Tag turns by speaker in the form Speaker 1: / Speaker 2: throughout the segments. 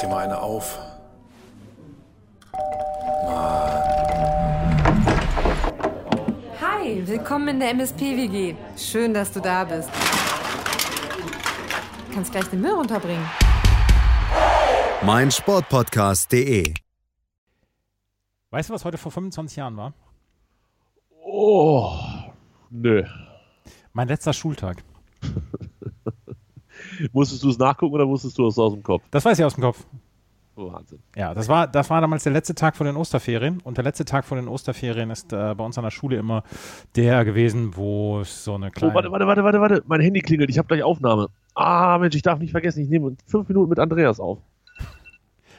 Speaker 1: dir mal eine auf.
Speaker 2: Hi, willkommen in der MSP-WG. Schön, dass du da bist. Du kannst gleich den Müll runterbringen.
Speaker 3: mein Sportpodcast.de.
Speaker 4: Weißt du, was heute vor 25 Jahren war?
Speaker 5: Oh, nö.
Speaker 4: Mein letzter Schultag.
Speaker 5: Musstest du es nachgucken oder wusstest du es aus dem Kopf?
Speaker 4: Das weiß ich aus dem Kopf.
Speaker 5: Oh, Wahnsinn.
Speaker 4: Ja, das war, das war damals der letzte Tag vor den Osterferien. Und der letzte Tag vor den Osterferien ist äh, bei uns an der Schule immer der gewesen, wo es so eine kleine.
Speaker 5: Oh, warte, warte, warte, warte, warte. Mein Handy klingelt. Ich habe gleich Aufnahme. Ah, Mensch, ich darf nicht vergessen, ich nehme fünf Minuten mit Andreas auf.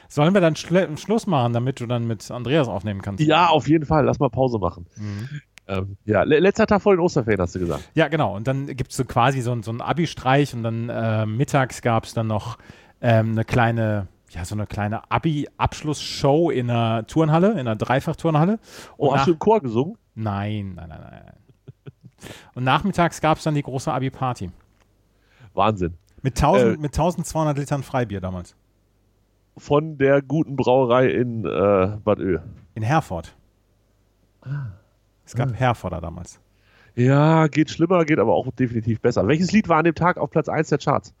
Speaker 4: Sollen wir dann schle- Schluss machen, damit du dann mit Andreas aufnehmen kannst?
Speaker 5: Ja, auf jeden Fall. Lass mal Pause machen.
Speaker 4: Mhm.
Speaker 5: Ähm, ja, le letzter Tag vor den Osterferien, hast du gesagt.
Speaker 4: Ja, genau. Und dann gibt es so quasi so, ein- so einen Abi-Streich und dann äh, mittags gab es dann noch ähm, eine kleine, ja, so eine kleine Abi-Abschlussshow in einer Turnhalle, in einer Dreifachturnhalle. Und
Speaker 5: Oh, hast
Speaker 4: nach-
Speaker 5: du im Chor gesungen?
Speaker 4: Nein, nein, nein, nein. nein. Und nachmittags gab es dann die große Abi-Party.
Speaker 5: Wahnsinn.
Speaker 4: Mit, 1000,
Speaker 5: Äh.
Speaker 4: mit 1200 Litern Freibier damals.
Speaker 5: Von der guten Brauerei in äh, Bad Ö.
Speaker 4: In Herford. Es gab Herforder damals.
Speaker 5: Ja, geht schlimmer, geht aber auch definitiv besser. Welches Lied war an dem Tag auf Platz 1 der Charts?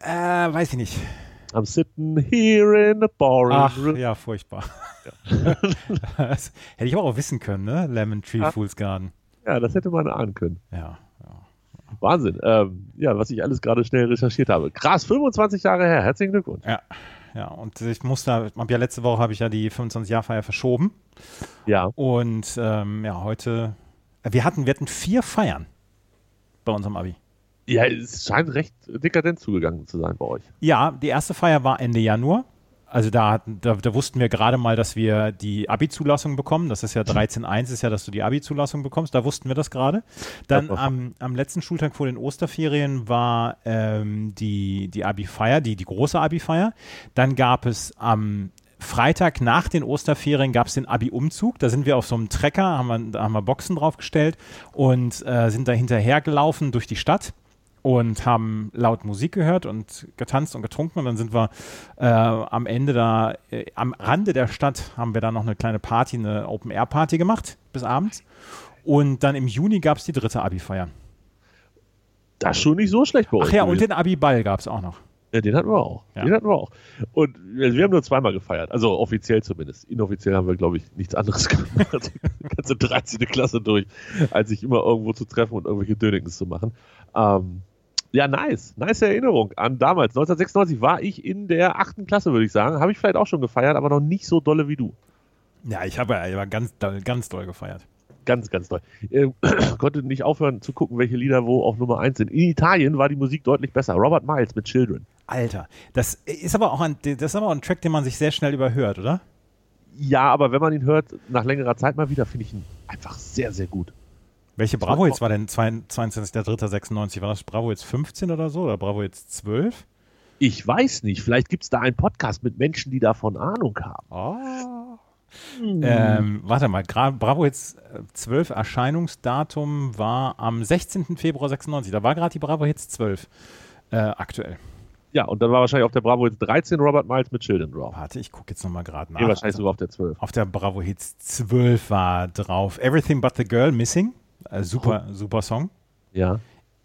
Speaker 4: Äh, weiß ich nicht.
Speaker 5: I'm sitting here in a boring
Speaker 4: Ach,
Speaker 5: room.
Speaker 4: ja, furchtbar. das hätte ich aber auch wissen können, ne? Lemon Tree
Speaker 5: Ah.
Speaker 4: Fool's Garden.
Speaker 5: ja, das hätte man ahnen können.
Speaker 4: Ja.
Speaker 5: Wahnsinn. Ähm, ja, was ich alles gerade schnell recherchiert habe. Krass, 25 Jahre her. Herzlichen Glückwunsch.
Speaker 4: Ja, ja. Und ich musste, hab ja letzte Woche habe ich ja die 25-Jahr-Feier verschoben.
Speaker 5: Ja,
Speaker 4: Und ähm, ja, heute. äh, Wir hatten, wir hatten vier Feiern bei unserem Abi.
Speaker 5: ja es scheint recht dekadent zugegangen zu sein bei euch.
Speaker 4: Ja, die erste Feier war Ende Januar. Also da, hatten- da, da wussten wir gerade mal, dass wir die Abi-Zulassung bekommen. Das ist ja 13.1, ist ja, dass du die Abi-Zulassung bekommst. Da wussten wir das gerade. Dann am, am letzten Schultag vor den Osterferien war ähm, die, die Abi-Feier, die, die große Abi-Feier. Dann gab es am Freitag nach den Osterferien gab es den Abi-Umzug. Da sind wir auf so einem Trecker, haben wir, da haben wir Boxen draufgestellt und äh, sind da hinterhergelaufen durch die Stadt und haben laut Musik gehört und getanzt und getrunken und dann sind wir äh, am Ende da, äh, am Rande der Stadt haben wir da noch eine kleine Party, eine Open-Air-Party gemacht bis abends und dann im Juni gab es die dritte Abi-Feier.
Speaker 5: Das ist schon nicht so schlecht bei euch.
Speaker 4: Ach ja, und
Speaker 5: gewesen.
Speaker 4: den Abi-Ball gab es auch noch.
Speaker 5: ja, den hatten wir auch.
Speaker 4: Ja.
Speaker 5: Den hatten wir auch. Und also, wir haben nur zweimal gefeiert. Also offiziell zumindest. Inoffiziell haben wir, glaube ich, nichts anderes gemacht. Also Die ganze 13. Klasse durch, als sich immer irgendwo zu treffen und irgendwelche Dönings zu machen. Ähm, ja, nice. Nice Erinnerung an damals. 1996 war ich in der 8. Klasse, würde ich sagen. Habe ich vielleicht auch schon gefeiert, aber noch nicht so dolle wie du.
Speaker 4: Ja, ich habe ja ich war ganz, doll- ganz doll gefeiert.
Speaker 5: Ganz, ganz toll. Ähm, konnte nicht aufhören zu gucken, welche Lieder wo auf Nummer 1 sind. In Italien war die Musik deutlich besser. Robert Miles mit Children.
Speaker 4: Alter, das ist aber auch ein, das ist aber auch ein Track, den man sich sehr schnell überhört, oder?
Speaker 5: Ja, aber wenn man ihn hört, nach längerer Zeit mal wieder, finde ich ihn einfach sehr, sehr gut.
Speaker 4: Welche Bravo jetzt war denn 22.03.96? War das Bravo jetzt 15 oder so oder Bravo jetzt 12?
Speaker 5: Ich weiß nicht, vielleicht gibt es da einen Podcast mit Menschen, die davon Ahnung haben.
Speaker 4: Oh. Ähm, warte mal, Gra Bravo Hits äh, 12 Erscheinungsdatum war am 16. Februar 96. Da war gerade die Bravo Hits 12 äh, aktuell.
Speaker 5: Ja, und dann war wahrscheinlich auf der Bravo jetzt 13 Robert Miles mit Children drauf.
Speaker 4: Warte, ich gucke jetzt nochmal gerade nach.
Speaker 5: Nee, wahrscheinlich
Speaker 4: Also,
Speaker 5: sogar auf der 12.
Speaker 4: auf der Bravo Hits 12 war drauf Everything But the Girl Missing. Äh, super, super Song.
Speaker 5: Ja.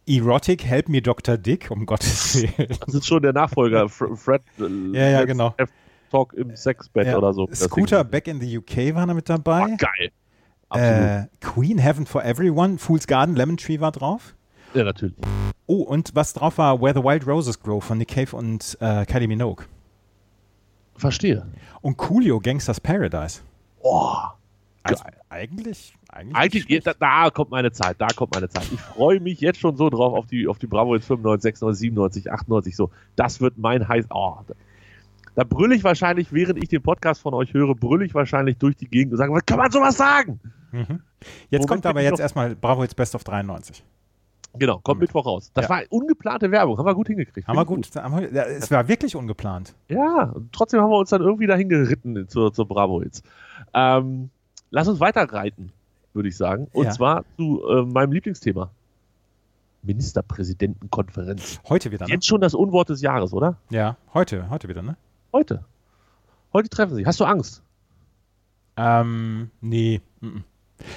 Speaker 4: Erotic Help Me Dr. Dick, um Gottes Willen.
Speaker 5: Das ist schon der Nachfolger, Fr- Fred. äh,
Speaker 4: Ja, ja,
Speaker 5: Fred's
Speaker 4: genau.
Speaker 5: F Talk im Sexbett
Speaker 4: Ja.
Speaker 5: oder so.
Speaker 4: Scooter
Speaker 5: Deswegen-
Speaker 4: Back in the UK war da mit
Speaker 5: Ah,
Speaker 4: dabei.
Speaker 5: geil. Absolut.
Speaker 4: äh, Queen Heaven for Everyone, Fool's Garden, Lemon Tree war drauf.
Speaker 5: ja, natürlich.
Speaker 4: Oh, und was drauf war Where the Wild Roses Grow von Nick Cave und äh, Kylie Minogue.
Speaker 5: Verstehe.
Speaker 4: Und Coolio, Gangsters Paradise.
Speaker 5: Oh,
Speaker 4: Also eigentlich, eigentlich.
Speaker 5: Eigentlich,
Speaker 4: nicht schlecht.
Speaker 5: da, da kommt meine Zeit, da kommt meine Zeit. Ich freue mich jetzt schon so drauf auf die, auf die Bravo jetzt 95, 96, 97, 98, so. Das wird mein heiß. Oh, da, da brülle ich wahrscheinlich, während ich den Podcast von euch höre, brülle ich wahrscheinlich durch die Gegend und sage, was kann man sowas sagen?
Speaker 4: Jetzt
Speaker 5: Moment,
Speaker 4: kommt aber
Speaker 5: bin ich
Speaker 4: jetzt
Speaker 5: noch-
Speaker 4: erstmal Bravo Hits Best of 93.
Speaker 5: Genau, kommt Mittwoch raus. Das
Speaker 4: Ja.
Speaker 5: war ungeplante Werbung, haben wir gut hingekriegt.
Speaker 4: Haben wir
Speaker 5: Finde ich
Speaker 4: gut. Haben wir, ja, es war wirklich ungeplant.
Speaker 5: gut. Ja, und trotzdem haben wir uns dann irgendwie dahin geritten zur, zur Bravo jetzt. Ähm, lass uns weiterreiten, würde ich sagen. Und
Speaker 4: Ja.
Speaker 5: zwar zu äh, meinem Lieblingsthema. Ministerpräsidentenkonferenz.
Speaker 4: Heute wieder, ne?
Speaker 5: Jetzt schon das Unwort des Jahres, oder?
Speaker 4: Ja, heute, heute wieder, ne?
Speaker 5: Heute. Heute treffen sie. Hast du Angst?
Speaker 4: Ähm, nee. mhm.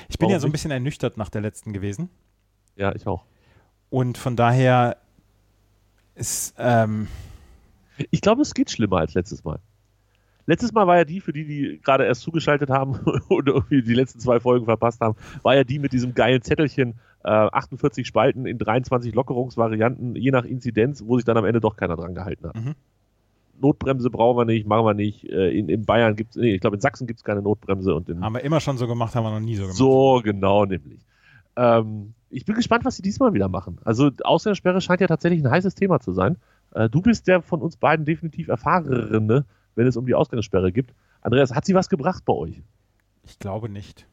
Speaker 4: Ich bin
Speaker 5: Warum
Speaker 4: ja so ein
Speaker 5: nicht?
Speaker 4: bisschen ernüchtert nach der letzten gewesen.
Speaker 5: Ja, ich auch.
Speaker 4: Und von daher ist, ähm,
Speaker 5: Ich glaube, es geht schlimmer als letztes Mal. Letztes Mal war ja die, für die, die gerade erst zugeschaltet haben und irgendwie die letzten zwei Folgen verpasst haben, war ja die mit diesem geilen Zettelchen äh, 48 Spalten in 23 Lockerungsvarianten, je nach Inzidenz, wo sich dann am Ende doch keiner dran gehalten hat.
Speaker 4: Mhm.
Speaker 5: Notbremse brauchen wir nicht, machen wir nicht. Äh, in, in Bayern gibt es, nee, ich glaube, in Sachsen gibt es keine Notbremse und in
Speaker 4: haben wir immer schon so gemacht, haben wir noch nie so gemacht.
Speaker 5: So genau nämlich. Ähm, ich bin gespannt, was sie diesmal wieder machen. Also Ausgangssperre scheint ja tatsächlich ein heißes Thema zu sein. Äh, du bist der von uns beiden definitiv erfahrenere, wenn es um die Ausgangssperre gibt. Andreas, hat sie was gebracht bei euch?
Speaker 4: Ich glaube nicht.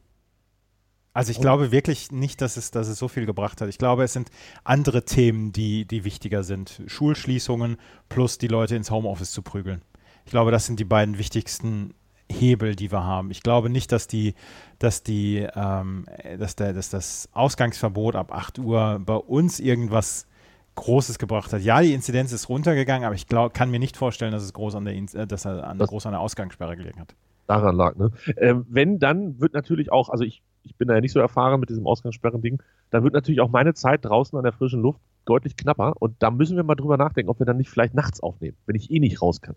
Speaker 4: Also ich glaube wirklich nicht, dass es, dass es so viel gebracht hat. Ich glaube, es sind andere Themen, die, die wichtiger sind. Schulschließungen plus die Leute ins Homeoffice zu prügeln. Ich glaube, das sind die beiden wichtigsten Hebel, die wir haben. Ich glaube nicht, dass die, dass die, ähm, dass der, dass das Ausgangsverbot ab 8 Uhr bei uns irgendwas Großes gebracht hat. Ja, die Inzidenz ist runtergegangen, aber ich glaub, kann mir nicht vorstellen, dass es groß an der, Inz- äh, dass er an,
Speaker 5: Das-
Speaker 4: groß an der Ausgangssperre gelegen hat.
Speaker 5: Daran lag, ne? Ähm, wenn, dann wird natürlich auch, also ich, ich bin da ja nicht so erfahren mit diesem Ausgangssperren-Ding, dann wird natürlich auch meine Zeit draußen an der frischen Luft deutlich knapper und da müssen wir mal drüber nachdenken, ob wir dann nicht vielleicht nachts aufnehmen, wenn ich eh nicht raus kann.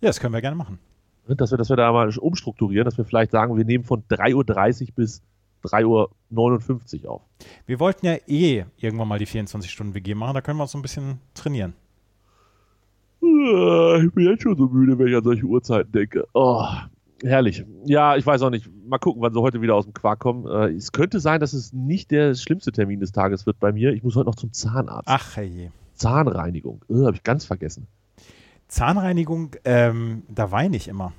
Speaker 4: Ja, das können wir gerne machen.
Speaker 5: Ne, dass wir, dass wir da mal umstrukturieren, dass wir vielleicht sagen, wir nehmen von 3.30 Uhr bis 3.59 Uhr auf.
Speaker 4: Wir wollten ja eh irgendwann mal die 24-Stunden-WG machen, da können wir uns so ein bisschen trainieren.
Speaker 5: Äh, Ich bin jetzt schon so müde, wenn ich an solche Uhrzeiten denke. Oh, herrlich. Ja, ich weiß auch nicht. Mal gucken, wann sie heute wieder aus dem Quark kommen. Äh, Es könnte sein, dass es nicht der schlimmste Termin des Tages wird bei mir. Ich muss heute noch zum Zahnarzt.
Speaker 4: Ach je.
Speaker 5: Zahnreinigung. Äh, Habe ich ganz vergessen.
Speaker 4: Zahnreinigung, ähm, da weine ich immer.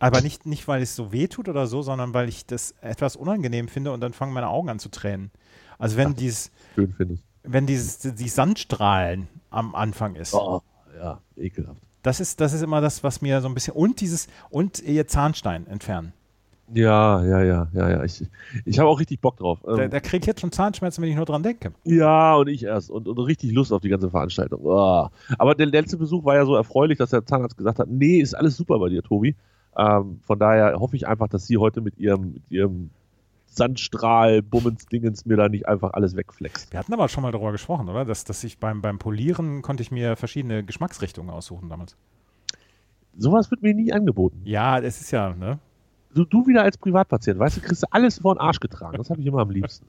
Speaker 4: Aber nicht, nicht, weil es so weh tut oder so, sondern weil ich das etwas unangenehm finde und dann fangen meine Augen an zu tränen. Also wenn dieses,
Speaker 5: Schön findest.
Speaker 4: wenn dieses die Sandstrahlen am Anfang ist.
Speaker 5: Oh, ja, ekelhaft.
Speaker 4: Das ist, das ist immer das, was mir so ein bisschen. Und dieses, und ihr Zahnstein entfernen.
Speaker 5: Ja, ja, ja, ja, ja. Ich, ich habe auch richtig Bock drauf. Ähm,
Speaker 4: Da, da kriege ich jetzt schon Zahnschmerzen, wenn ich nur dran denke.
Speaker 5: Ja, und ich erst. Und, und richtig Lust auf die ganze Veranstaltung. Ah. Aber der letzte Besuch war ja so erfreulich, dass der Zahnarzt gesagt hat, nee, ist alles super bei dir, Tobi. Ähm, von daher hoffe ich einfach, dass sie heute mit ihrem, mit ihrem Sandstrahl, Bummens, Dingens mir da nicht einfach alles wegflext.
Speaker 4: Wir hatten aber schon mal darüber gesprochen, oder? Dass, dass ich beim, beim Polieren konnte ich mir verschiedene Geschmacksrichtungen aussuchen damals.
Speaker 5: Sowas wird mir nie angeboten.
Speaker 4: Ja, es ist ja, ne?
Speaker 5: Du, du wieder als Privatpatient, weißt du, kriegst du alles vor den Arsch getragen. Das habe ich immer am liebsten.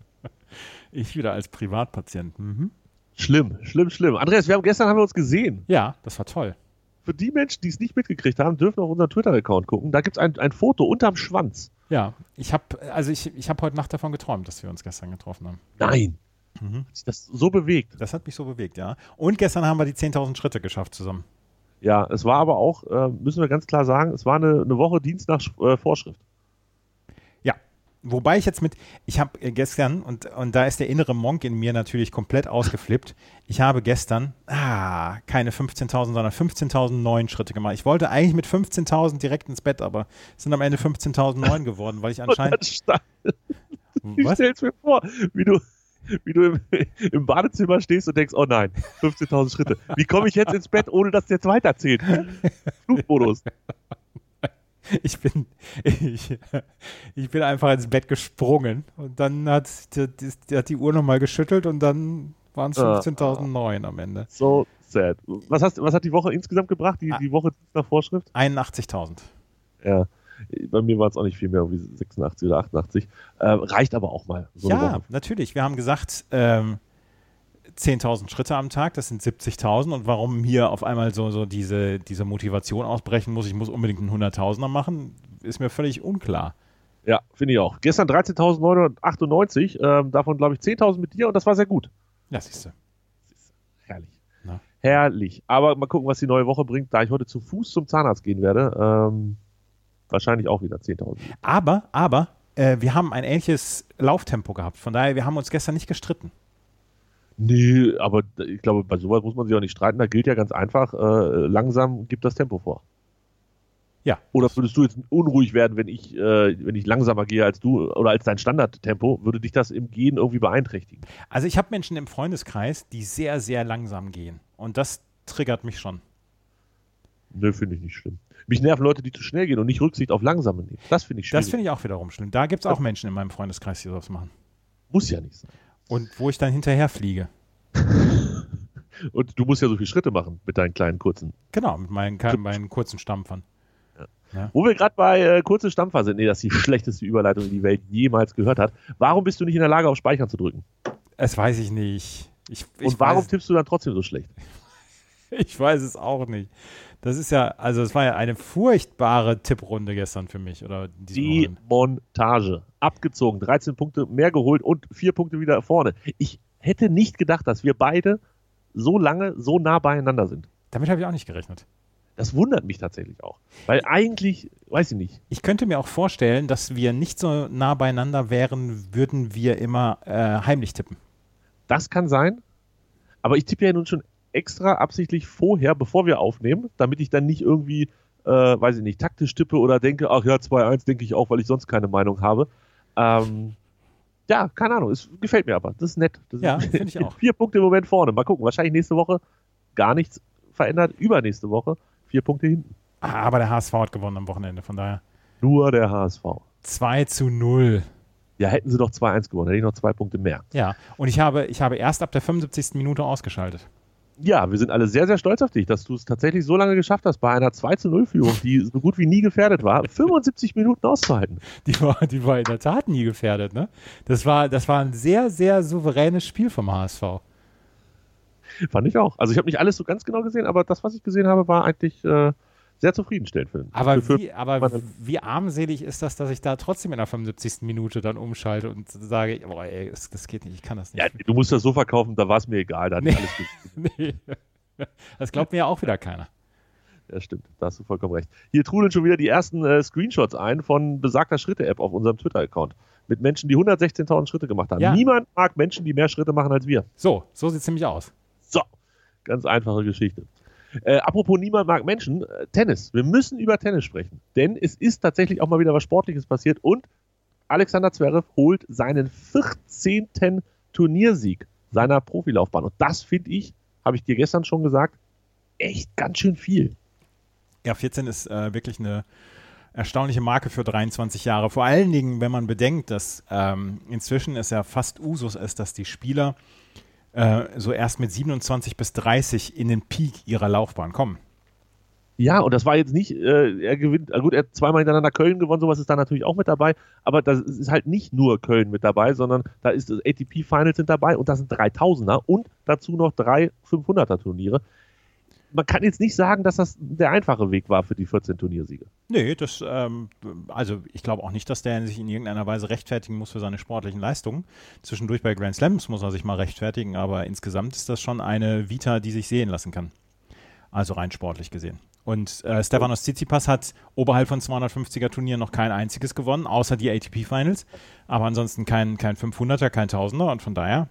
Speaker 4: Ich wieder als Privatpatient. Mhm.
Speaker 5: Schlimm, schlimm, schlimm. Andreas, wir haben gestern haben wir uns gesehen.
Speaker 4: Ja, das war toll.
Speaker 5: Für die Menschen, die es nicht mitgekriegt haben, dürfen auf unseren Twitter-Account gucken. Da gibt es ein, ein Foto unterm Schwanz.
Speaker 4: Ja, ich habe also ich, ich hab heute Nacht davon geträumt, dass wir uns gestern getroffen haben.
Speaker 5: Nein.
Speaker 4: Mhm.
Speaker 5: Hat sich das so bewegt.
Speaker 4: Das hat mich so bewegt, ja. Und gestern haben wir die 10.000 Schritte geschafft zusammen.
Speaker 5: Ja, es war aber auch, äh, müssen wir ganz klar sagen, es war eine, eine Woche Dienst nach Sch- äh, Vorschrift.
Speaker 4: Ja. Wobei ich jetzt mit, ich habe äh, gestern, und, und da ist der innere Monk in mir natürlich komplett ausgeflippt, ich habe gestern, ah, keine 15.000, sondern 15.009 Schritte gemacht. Ich wollte eigentlich mit 15.000 direkt ins Bett, aber es sind am Ende 15.009 geworden, weil ich anscheinend,
Speaker 5: stand, ich
Speaker 4: was?
Speaker 5: stell's mir vor, wie du, wie du im, im Badezimmer stehst und denkst, oh nein, 15.000 Schritte. Wie komme ich jetzt ins Bett, ohne dass jetzt weiterzählt? Flugmodus.
Speaker 4: Ich bin, ich, ich bin einfach ins Bett gesprungen und dann hat, die- die- hat die Uhr nochmal geschüttelt und dann waren es 15.009 am Ende.
Speaker 5: So sad. Was, hast, was hat die Woche insgesamt gebracht,
Speaker 4: Ah.
Speaker 5: die, die Woche Dienst nach Vorschrift?
Speaker 4: 81.000.
Speaker 5: Ja. Bei mir waren es auch nicht viel mehr, irgendwie 86 oder 88. Äh, reicht aber auch mal. So eine
Speaker 4: ja,
Speaker 5: Woche.
Speaker 4: natürlich. Wir haben gesagt, ähm, 10.000 Schritte am Tag, das sind 70.000. Und warum hier auf einmal so, so diese, diese Motivation ausbrechen muss, ich muss unbedingt einen 100.000er machen, ist mir völlig unklar.
Speaker 5: Ja, finde ich auch. Gestern 13.998, ähm, davon glaube ich 10.000 mit dir und das war sehr gut.
Speaker 4: Ja, siehst du.
Speaker 5: Herrlich.
Speaker 4: Na.
Speaker 5: Herrlich. Aber mal gucken, was die neue Woche bringt, da ich heute zu Fuß zum Zahnarzt gehen werde. Ähm, wahrscheinlich auch wieder 10.000.
Speaker 4: Aber, aber, äh, wir haben ein ähnliches Lauftempo gehabt. Von daher, wir haben uns gestern nicht gestritten.
Speaker 5: Nee, aber ich glaube, bei sowas muss man sich auch nicht streiten. Da gilt ja ganz einfach, äh, langsam gibt das Tempo vor.
Speaker 4: Ja.
Speaker 5: Oder würdest du jetzt unruhig werden, wenn ich, äh, wenn ich langsamer gehe als du oder als dein Standardtempo? Würde dich das im Gehen irgendwie beeinträchtigen?
Speaker 4: Also ich habe Menschen im Freundeskreis, die sehr, sehr langsam gehen. Und das triggert mich schon.
Speaker 5: Nö, finde ich nicht schlimm. Mich nerven Leute, die zu schnell gehen und nicht Rücksicht auf Langsame nehmen. Das finde ich schlimm.
Speaker 4: Das finde ich auch wiederum schlimm. Da gibt es
Speaker 5: Also
Speaker 4: auch Menschen in meinem Freundeskreis, die sowas machen.
Speaker 5: Muss ja nicht sein.
Speaker 4: Und wo ich dann hinterher fliege.
Speaker 5: Und du musst ja so viele Schritte machen mit deinen kleinen kurzen.
Speaker 4: Genau, mit meinen, meinen kurzen Stampfern.
Speaker 5: Wo wir gerade bei äh, kurzen Stampfer sind, nee, das ist die schlechteste Überleitung, die die Welt jemals gehört hat. Warum bist du nicht in der Lage, auf Speichern zu drücken?
Speaker 4: Es weiß ich nicht. Ich, ich
Speaker 5: Und warum
Speaker 4: weiß,
Speaker 5: tippst du dann trotzdem so schlecht?
Speaker 4: ich weiß es auch nicht. Das ist ja, also es war ja eine furchtbare Tipprunde gestern für mich. Oder diese
Speaker 5: Die
Speaker 4: Runde.
Speaker 5: Montage. Abgezogen, 13 Punkte mehr geholt und 4 Punkte wieder vorne. Ich hätte nicht gedacht, dass wir beide so lange so nah beieinander sind.
Speaker 4: Damit habe ich auch nicht gerechnet.
Speaker 5: Das wundert mich tatsächlich auch. Weil eigentlich, weiß ich nicht,
Speaker 4: Ich könnte mir auch vorstellen, dass wir nicht so nah beieinander wären, würden wir immer äh, heimlich tippen.
Speaker 5: das kann sein. Aber ich tippe ja nun schon extra absichtlich vorher, bevor wir aufnehmen, damit ich dann nicht irgendwie, äh, weiß ich nicht, taktisch tippe oder denke, ach ja, 2-1 denke ich auch, weil ich sonst keine Meinung habe. Ähm, ja, keine Ahnung, es gefällt mir aber. Das ist nett. Das
Speaker 4: Ja,
Speaker 5: ist-
Speaker 4: finde ich auch.
Speaker 5: Vier Punkte im Moment vorne. Mal gucken, wahrscheinlich nächste Woche gar nichts verändert. Übernächste Woche vier Punkte hinten.
Speaker 4: Ah, Aber der HSV hat gewonnen am Wochenende, von daher
Speaker 5: Nur der HSV.
Speaker 4: 2 zu 0.
Speaker 5: Ja, hätten sie doch 2-1 gewonnen, hätte ich noch zwei Punkte mehr.
Speaker 4: Ja, und ich habe, ich habe erst ab der 75. Minute ausgeschaltet.
Speaker 5: Ja, wir sind alle sehr, sehr stolz auf dich, dass du es tatsächlich so lange geschafft hast, bei einer 2 0 Führung, die so gut wie nie gefährdet war, 75 Minuten auszuhalten.
Speaker 4: Die war, die war in der Tat nie gefährdet, ne? Das war, das war ein sehr, sehr souveränes Spiel vom HSV.
Speaker 5: Fand ich auch. Also ich habe nicht alles so ganz genau gesehen, aber das, was ich gesehen habe, war eigentlich äh, sehr zufriedenstellend für den.
Speaker 4: Aber,
Speaker 5: für, für,
Speaker 4: wie, aber wie armselig ist das, dass ich da trotzdem in der 75. Minute dann umschalte und sage, boah, ey, das, das geht nicht, ich kann das nicht.
Speaker 5: ja, du musst das so verkaufen, da war es mir egal, da hat
Speaker 4: Nee.
Speaker 5: alles gesehen.
Speaker 4: Nee. Das glaubt mir ja auch wieder keiner.
Speaker 5: Ja, stimmt, da hast du vollkommen recht. Hier trudeln schon wieder die ersten äh, Screenshots ein von besagter Schritte-App auf unserem Twitter-Account. Mit Menschen, die 116.000 Schritte gemacht haben.
Speaker 4: Ja.
Speaker 5: Niemand mag Menschen, die mehr Schritte machen als wir.
Speaker 4: So, so sieht es nämlich aus.
Speaker 5: So, ganz einfache Geschichte. Äh, apropos niemand mag Menschen, äh, Tennis. Wir müssen über Tennis sprechen, denn es ist tatsächlich auch mal wieder was Sportliches passiert und Alexander Zverev holt seinen 14. Turniersieg seiner Profilaufbahn. Und das finde ich, habe ich dir gestern schon gesagt, echt ganz schön viel.
Speaker 4: Ja, 14 ist äh, wirklich eine erstaunliche Marke für 23 Jahre. Vor allen Dingen, wenn man bedenkt, dass ähm, inzwischen es ja fast Usus ist, dass die Spieler äh, so erst mit 27 bis 30 in den Peak ihrer Laufbahn kommen.
Speaker 5: Ja, und das war jetzt nicht, äh, er gewinnt, äh, gut, er hat zweimal hintereinander Köln gewonnen, sowas ist da natürlich auch mit dabei, aber das ist halt nicht nur Köln mit dabei, sondern da ist das ATP Finals sind dabei und da sind 3000er und dazu noch drei 500er Turniere. Man kann jetzt nicht sagen, dass das der einfache Weg war für die 14 Turniersiege.
Speaker 4: Nee, das, ähm, also ich glaube auch nicht, dass der sich in irgendeiner Weise rechtfertigen muss für seine sportlichen Leistungen. Zwischendurch bei Grand Slams muss er sich mal rechtfertigen, aber insgesamt ist das schon eine Vita, die sich sehen lassen kann. Also rein sportlich gesehen. Und äh, Stefanos Tsitsipas hat oberhalb von 250er Turnieren noch kein einziges gewonnen, außer die ATP Finals. Aber ansonsten kein, kein 500er, kein 1000er und von daher,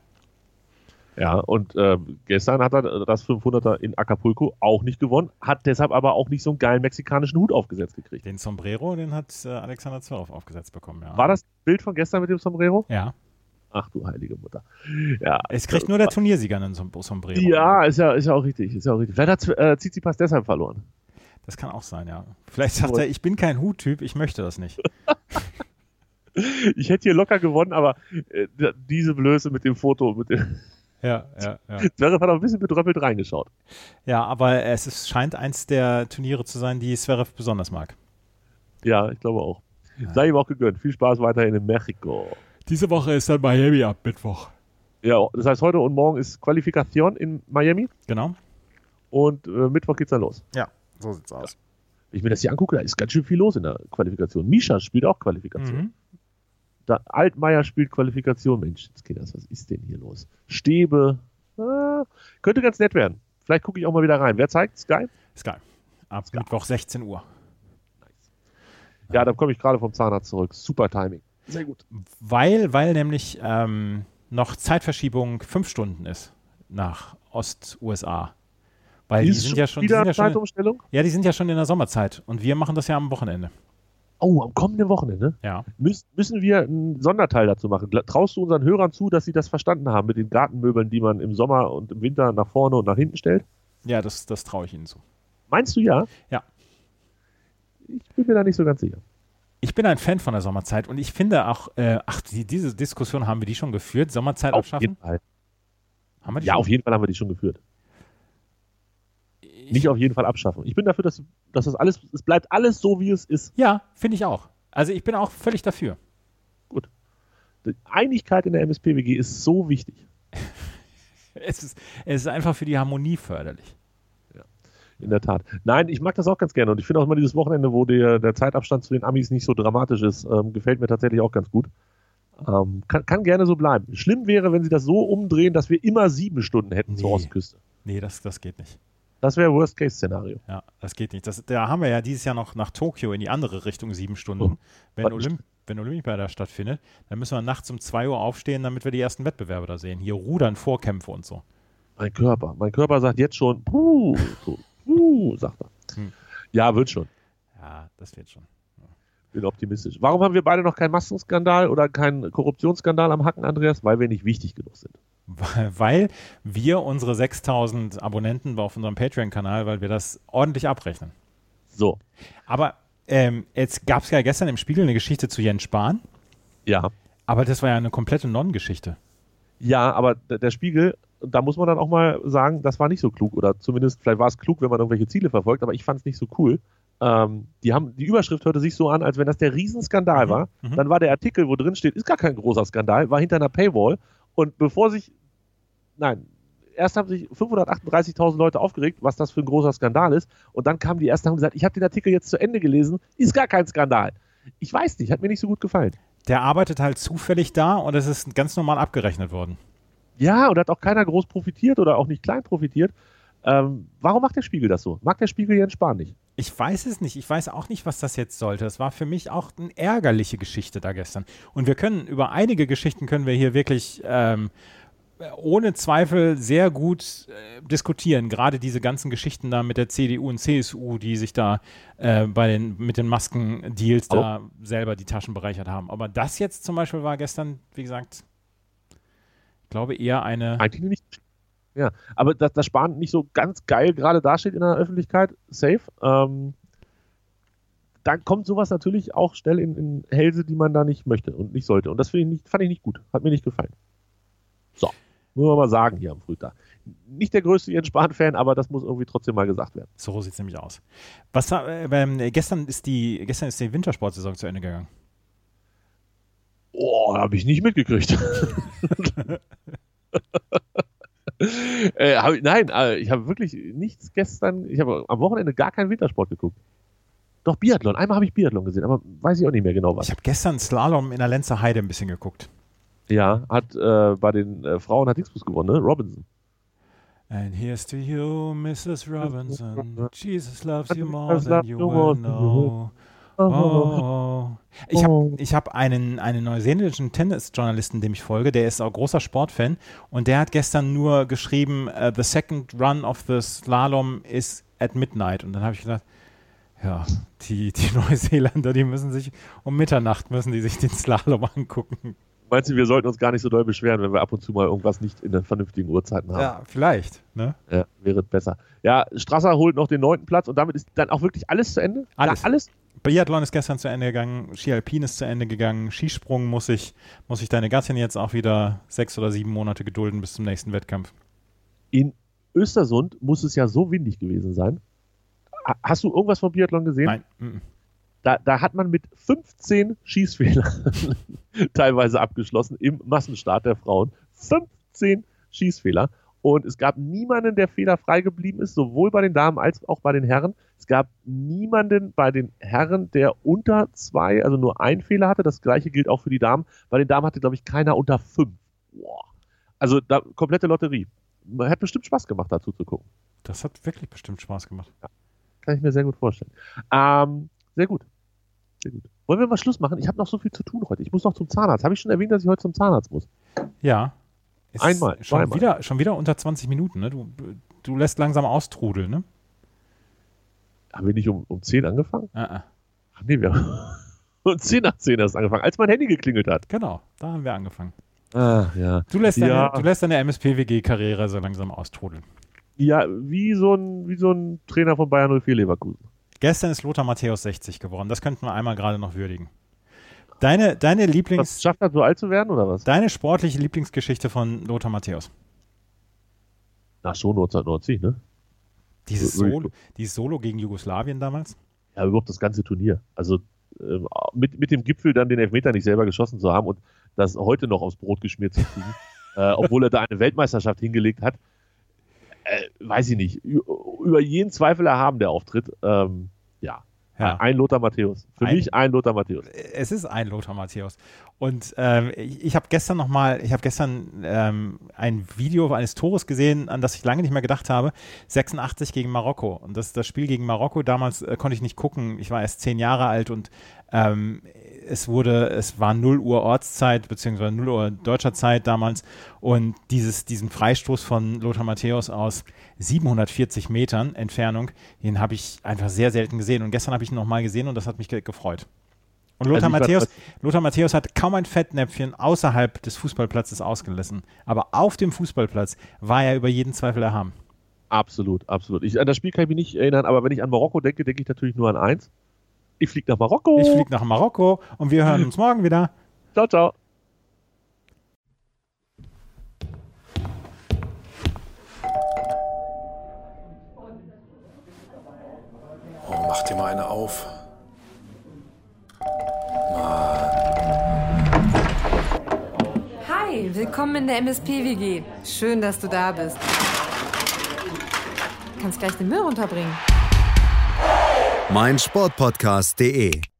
Speaker 5: Ja, und äh, gestern hat er das 500er in Acapulco auch nicht gewonnen, hat deshalb aber auch nicht so einen geilen mexikanischen Hut aufgesetzt gekriegt.
Speaker 4: den Sombrero, den hat äh, Alexander Zverev aufgesetzt bekommen. Ja.
Speaker 5: War das Bild von gestern mit dem Sombrero?
Speaker 4: Ja.
Speaker 5: Ach du heilige Mutter. Ja,
Speaker 4: Es kriegt nur der Turniersieger einen Som Sombrero.
Speaker 5: Ja, ist ja, ist ja auch richtig. Ist ja auch richtig. Vielleicht hat äh, Tsitsipas deshalb verloren.
Speaker 4: Das kann auch sein, ja. Vielleicht sagt er, ich bin kein Huttyp, ich möchte das nicht.
Speaker 5: Ich hätte hier locker gewonnen, aber äh, d- diese Blöße mit dem Foto, mit dem
Speaker 4: Ja, ja, ja.
Speaker 5: Zverev hat auch ein bisschen bedröppelt reingeschaut.
Speaker 4: Ja, aber es ist, scheint eins der Turniere zu sein, die Zverev besonders mag.
Speaker 5: Ja, ich glaube auch. Sei ihm auch gegönnt. Viel Spaß weiterhin in Mexiko.
Speaker 4: Diese Woche ist dann Miami ab Mittwoch.
Speaker 5: Ja, das heißt, heute und morgen ist Qualifikation in Miami
Speaker 4: Genau.
Speaker 5: und äh, Mittwoch geht's dann los.
Speaker 4: Ja, so sieht's aus.
Speaker 5: Ich mir das hier angucke, da ist ganz schön viel los in der Qualifikation. Misha spielt auch Qualifikation.
Speaker 4: Mhm.
Speaker 5: Da, Altmaier spielt Qualifikation. Mensch, jetzt geht das. Was ist denn hier los? Stäbe. Ah, könnte ganz nett werden. Vielleicht gucke ich auch mal wieder rein. Wer zeigt? Sky?
Speaker 4: Ist geil. Ab Mittwoch 16 Uhr.
Speaker 5: Ja, da komme ich gerade vom Zahnarzt zurück. Super Timing. Sehr gut.
Speaker 4: Weil, weil nämlich ähm, noch Zeitverschiebung fünf Stunden ist nach Ost-USA. Weil die sind, ja schon, die,
Speaker 5: wieder
Speaker 4: sind ja schon,
Speaker 5: Zeitumstellung.
Speaker 4: ja, die sind ja schon in der Sommerzeit und wir machen das ja am Wochenende.
Speaker 5: Oh, am kommenden Wochenende
Speaker 4: Ja.
Speaker 5: Müß, müssen wir einen Sonderteil dazu machen. Gla- Traust du unseren Hörern zu, dass sie das verstanden haben mit den Gartenmöbeln, die man im Sommer und im Winter nach vorne und nach hinten stellt?
Speaker 4: Ja, das, das traue ich Ihnen zu.
Speaker 5: Meinst du ja?
Speaker 4: Ja.
Speaker 5: Ich bin mir da nicht so ganz sicher.
Speaker 4: Ich bin ein Fan von der Sommerzeit und ich finde auch, äh, ach, die, diese Diskussion haben wir die schon geführt. Sommerzeit
Speaker 5: Auf jeden
Speaker 4: abschaffen?
Speaker 5: Fall.
Speaker 4: Haben wir die
Speaker 5: Ja,
Speaker 4: schon?
Speaker 5: auf jeden Fall haben wir die schon geführt. Nicht auf jeden Fall abschaffen. Ich bin dafür, dass, dass das alles, es bleibt alles so, wie es ist.
Speaker 4: Ja, finde ich auch. Also ich bin auch völlig dafür.
Speaker 5: Die Einigkeit in der MSPWG ist so wichtig.
Speaker 4: Es ist, es ist einfach für die Harmonie förderlich.
Speaker 5: In der Tat. Nein, ich mag das auch ganz gerne und ich finde auch immer dieses Wochenende, wo der, der Zeitabstand zu den Amis nicht so dramatisch ist, ähm, gefällt mir tatsächlich auch ganz gut. Ähm, kann, kann gerne so bleiben. Schlimm wäre, wenn sie das so umdrehen, dass wir immer sieben Stunden hätten zur
Speaker 4: Nee.
Speaker 5: Ostküste.
Speaker 4: Nee, das, das geht nicht.
Speaker 5: Das wäre Worst-Case-Szenario.
Speaker 4: Ja, das geht nicht. Das, da haben wir ja dieses Jahr noch nach Tokio in die andere Richtung sieben Stunden.
Speaker 5: Oh,
Speaker 4: wenn,
Speaker 5: warte,
Speaker 4: Olymp wenn Olympia da stattfindet, dann müssen wir nachts um 2 Uhr aufstehen, damit wir die ersten Wettbewerbe da sehen. Hier Rudern, Vorkämpfe und so.
Speaker 5: Mein Körper. Mein Körper sagt jetzt schon, puh, so, puh, sagt er.
Speaker 4: Hm.
Speaker 5: Ja, wird schon.
Speaker 4: Ja, das wird schon.
Speaker 5: Bin optimistisch. Warum haben wir beide noch keinen Massenskandal oder keinen Korruptionsskandal am Hacken, Andreas? Weil wir nicht wichtig genug sind.
Speaker 4: Weil weil wir unsere 6000 Abonnenten auf unserem Patreon-Kanal, weil wir das ordentlich abrechnen.
Speaker 5: So.
Speaker 4: Aber ähm, jetzt gab es ja gestern im Spiegel eine Geschichte zu Jens Spahn,
Speaker 5: Ja.
Speaker 4: aber das war ja eine komplette Non-Geschichte.
Speaker 5: Ja, aber d- der Spiegel, da muss man dann auch mal sagen, das war nicht so klug. Oder zumindest, vielleicht war es klug, wenn man irgendwelche Ziele verfolgt, aber ich fand es nicht so cool. Ähm, die, haben, die Überschrift hörte sich so an, als wenn das der Riesenskandal war.
Speaker 4: mhm.
Speaker 5: Dann war der Artikel, wo drin steht, ist gar kein großer Skandal, war hinter einer Paywall. Und bevor sich, nein, erst haben sich 538.000 Leute aufgeregt, was das für ein großer Skandal ist. Und dann kamen die ersten und haben gesagt, ich habe den Artikel jetzt zu Ende gelesen, ist gar kein Skandal. Ich weiß nicht, hat mir nicht so gut gefallen.
Speaker 4: Der arbeitet halt zufällig da und es ist ganz normal abgerechnet worden.
Speaker 5: Ja, und da hat auch keiner groß profitiert oder auch nicht klein profitiert. Ähm, warum macht der Spiegel das so? Mag der Spiegel Jens Spahn nicht?
Speaker 4: Ich weiß es nicht. Ich weiß auch nicht, was das jetzt sollte. Es war für mich auch eine ärgerliche Geschichte da gestern. Und wir können über einige Geschichten können wir hier wirklich ähm, ohne Zweifel sehr gut äh, diskutieren. Gerade diese ganzen Geschichten da mit der CDU und CSU, die sich da äh, bei den, mit den Maskendeals da selber die Taschen bereichert haben. Aber das jetzt zum Beispiel war gestern, wie gesagt, ich glaube eher eine.
Speaker 5: Eigentlich nicht. Ja, aber dass, dass Spahn nicht so ganz geil gerade dasteht in der Öffentlichkeit, safe. Ähm, dann kommt sowas natürlich auch schnell in, in Hälse, die man da nicht möchte und nicht sollte. Und das finde ich nicht, fand ich nicht gut. Hat mir nicht gefallen. So, muss man mal sagen hier am Frühtag. Nicht der größte Jens Spahn-Fan, aber das muss irgendwie trotzdem mal gesagt werden.
Speaker 4: So sieht es nämlich aus. Was, da- äh, ähm, gestern, ist die, gestern ist die Wintersportsaison zu Ende gegangen.
Speaker 5: Oh, habe ich nicht mitgekriegt. äh, hab ich, nein, äh, ich habe wirklich nichts gestern, ich habe am Wochenende gar keinen Wintersport geguckt. Doch Biathlon, einmal habe ich Biathlon gesehen, aber weiß ich auch nicht mehr genau
Speaker 4: Ich
Speaker 5: was.
Speaker 4: habe gestern Slalom in der Lenzer Heide ein bisschen geguckt.
Speaker 5: Ja, hat äh, bei den äh, Frauen hat Dingsbus gewonnen, ne? Robinson.
Speaker 4: And here's to you, Mrs. Robinson. Jesus loves you more
Speaker 5: Jesus
Speaker 4: than
Speaker 5: loves
Speaker 4: you
Speaker 5: you
Speaker 4: will
Speaker 5: more than you
Speaker 4: know. Oh. Ich habe ich hab einen, einen neuseeländischen Tennisjournalisten, dem ich folge, der ist auch großer Sportfan und der hat gestern nur geschrieben, äh, the second run of the Slalom is at midnight. Und dann habe ich gedacht, ja, die, die Neuseeländer, die müssen sich um Mitternacht, müssen die sich den Slalom angucken.
Speaker 5: Meinst du, wir sollten uns gar nicht so doll beschweren, wenn wir ab und zu mal irgendwas nicht in den vernünftigen Uhrzeiten haben?
Speaker 4: Ja, vielleicht. Ne?
Speaker 5: Ja, wäre besser. Ja, Strasser holt noch den neunten Platz und damit ist dann auch wirklich alles zu Ende?
Speaker 4: Alles.
Speaker 5: Ja, alles?
Speaker 4: Biathlon ist gestern zu Ende gegangen, Ski Alpin ist zu Ende gegangen, Skisprung muss ich, muss ich deine Gattin jetzt auch wieder sechs oder sieben Monate gedulden bis zum nächsten Wettkampf.
Speaker 5: In Östersund muss es ja so windig gewesen sein. Ha- Hast du irgendwas vom Biathlon gesehen?
Speaker 4: Nein. mhm.
Speaker 5: Da, da hat man mit 15 Schießfehlern teilweise abgeschlossen im Massenstart der Frauen. 15 Schießfehler. Und es gab niemanden, der fehlerfrei geblieben ist, sowohl bei den Damen als auch bei den Herren. Es gab niemanden bei den Herren, der unter zwei, also nur ein Fehler hatte. Das gleiche gilt auch für die Damen. Bei den Damen hatte, glaube ich, keiner unter fünf. Boah. Also da, komplette Lotterie. Hat bestimmt Spaß gemacht, dazu zu gucken.
Speaker 4: Das hat wirklich bestimmt Spaß gemacht.
Speaker 5: Kann ich mir sehr gut vorstellen. Ähm, sehr gut. Sehr gut. Wollen wir mal Schluss machen? Ich habe noch so viel zu tun heute. Ich muss noch zum Zahnarzt. Habe ich schon erwähnt, dass ich heute zum Zahnarzt muss?
Speaker 4: Ja. Es ist
Speaker 5: Einmal,
Speaker 4: Schon
Speaker 5: zweimal.
Speaker 4: wieder, schon wieder unter 20 Minuten, ne? Du, du lässt langsam austrudeln, ne?
Speaker 5: Haben wir nicht um, um 10 angefangen?
Speaker 4: Ah, ah.
Speaker 5: Ach nee, wir haben um 10 nach 10 erst angefangen, als mein Handy geklingelt hat.
Speaker 4: Genau, da haben wir angefangen.
Speaker 5: Ah, ja.
Speaker 4: Du lässt
Speaker 5: Ja.
Speaker 4: deine, du lässt deine MSPWG-Karriere so langsam austrudeln.
Speaker 5: Ja, wie so ein, wie so ein Trainer von Bayern 04 Leverkusen.
Speaker 4: Gestern ist Lothar Matthäus 60 geworden. Das könnten wir einmal gerade noch würdigen. Deine, deine,
Speaker 5: Was
Speaker 4: Lieblings,
Speaker 5: schafft er so alt zu werden oder was?
Speaker 4: deine sportliche Lieblingsgeschichte von Lothar Matthäus.
Speaker 5: Na schon 1990, ne?
Speaker 4: Dieses
Speaker 5: Ui, ui.
Speaker 4: Solo, dieses Solo gegen Jugoslawien damals.
Speaker 5: Ja, überhaupt das ganze Turnier. Also ähm, mit, mit dem Gipfel dann den Elfmeter nicht selber geschossen zu haben und das heute noch aufs Brot geschmiert zu kriegen, äh, obwohl er da eine Weltmeisterschaft hingelegt hat, äh, weiß ich nicht. Ü über jeden Zweifel erhaben der Auftritt. Ähm, ja.
Speaker 4: Ja.
Speaker 5: ein Lothar Matthäus. Für
Speaker 4: Ein-
Speaker 5: mich ein Lothar Matthäus.
Speaker 4: es ist ein Lothar Matthäus. Und ähm, ich, ich habe gestern noch mal, ich habe gestern ähm, ein Video eines Tores gesehen, an das ich lange nicht mehr gedacht habe. 86 gegen Marokko. Und das, das Spiel gegen Marokko, damals äh, konnte ich nicht gucken. Ich war erst zehn Jahre alt und ähm, es wurde, es war 0 Uhr Ortszeit, beziehungsweise 0 Uhr deutscher Zeit damals. Und dieses, diesen Freistoß von Lothar Matthäus aus 740 Metern Entfernung, den habe ich einfach sehr selten gesehen. Und gestern habe ich ihn nochmal gesehen und das hat mich ge gefreut. Und Lothar,
Speaker 5: Also ich war-
Speaker 4: Matthäus, Lothar Matthäus hat kaum ein Fettnäpfchen außerhalb des Fußballplatzes ausgelassen. Aber auf dem Fußballplatz war er über jeden Zweifel erhaben.
Speaker 5: Absolut, absolut. Ich, an das Spiel kann ich mich nicht erinnern, aber wenn ich an Marokko denke, denke ich natürlich nur an eins. Ich fliege nach Marokko.
Speaker 4: Ich fliege nach Marokko und wir hören uns morgen wieder.
Speaker 5: Ciao, ciao.
Speaker 1: Oh, mach dir mal eine auf.
Speaker 2: Hi, willkommen in der MSP-WG. Schön, dass du da bist. Kannst gleich den Müll runterbringen.
Speaker 3: meinsportpodcast.de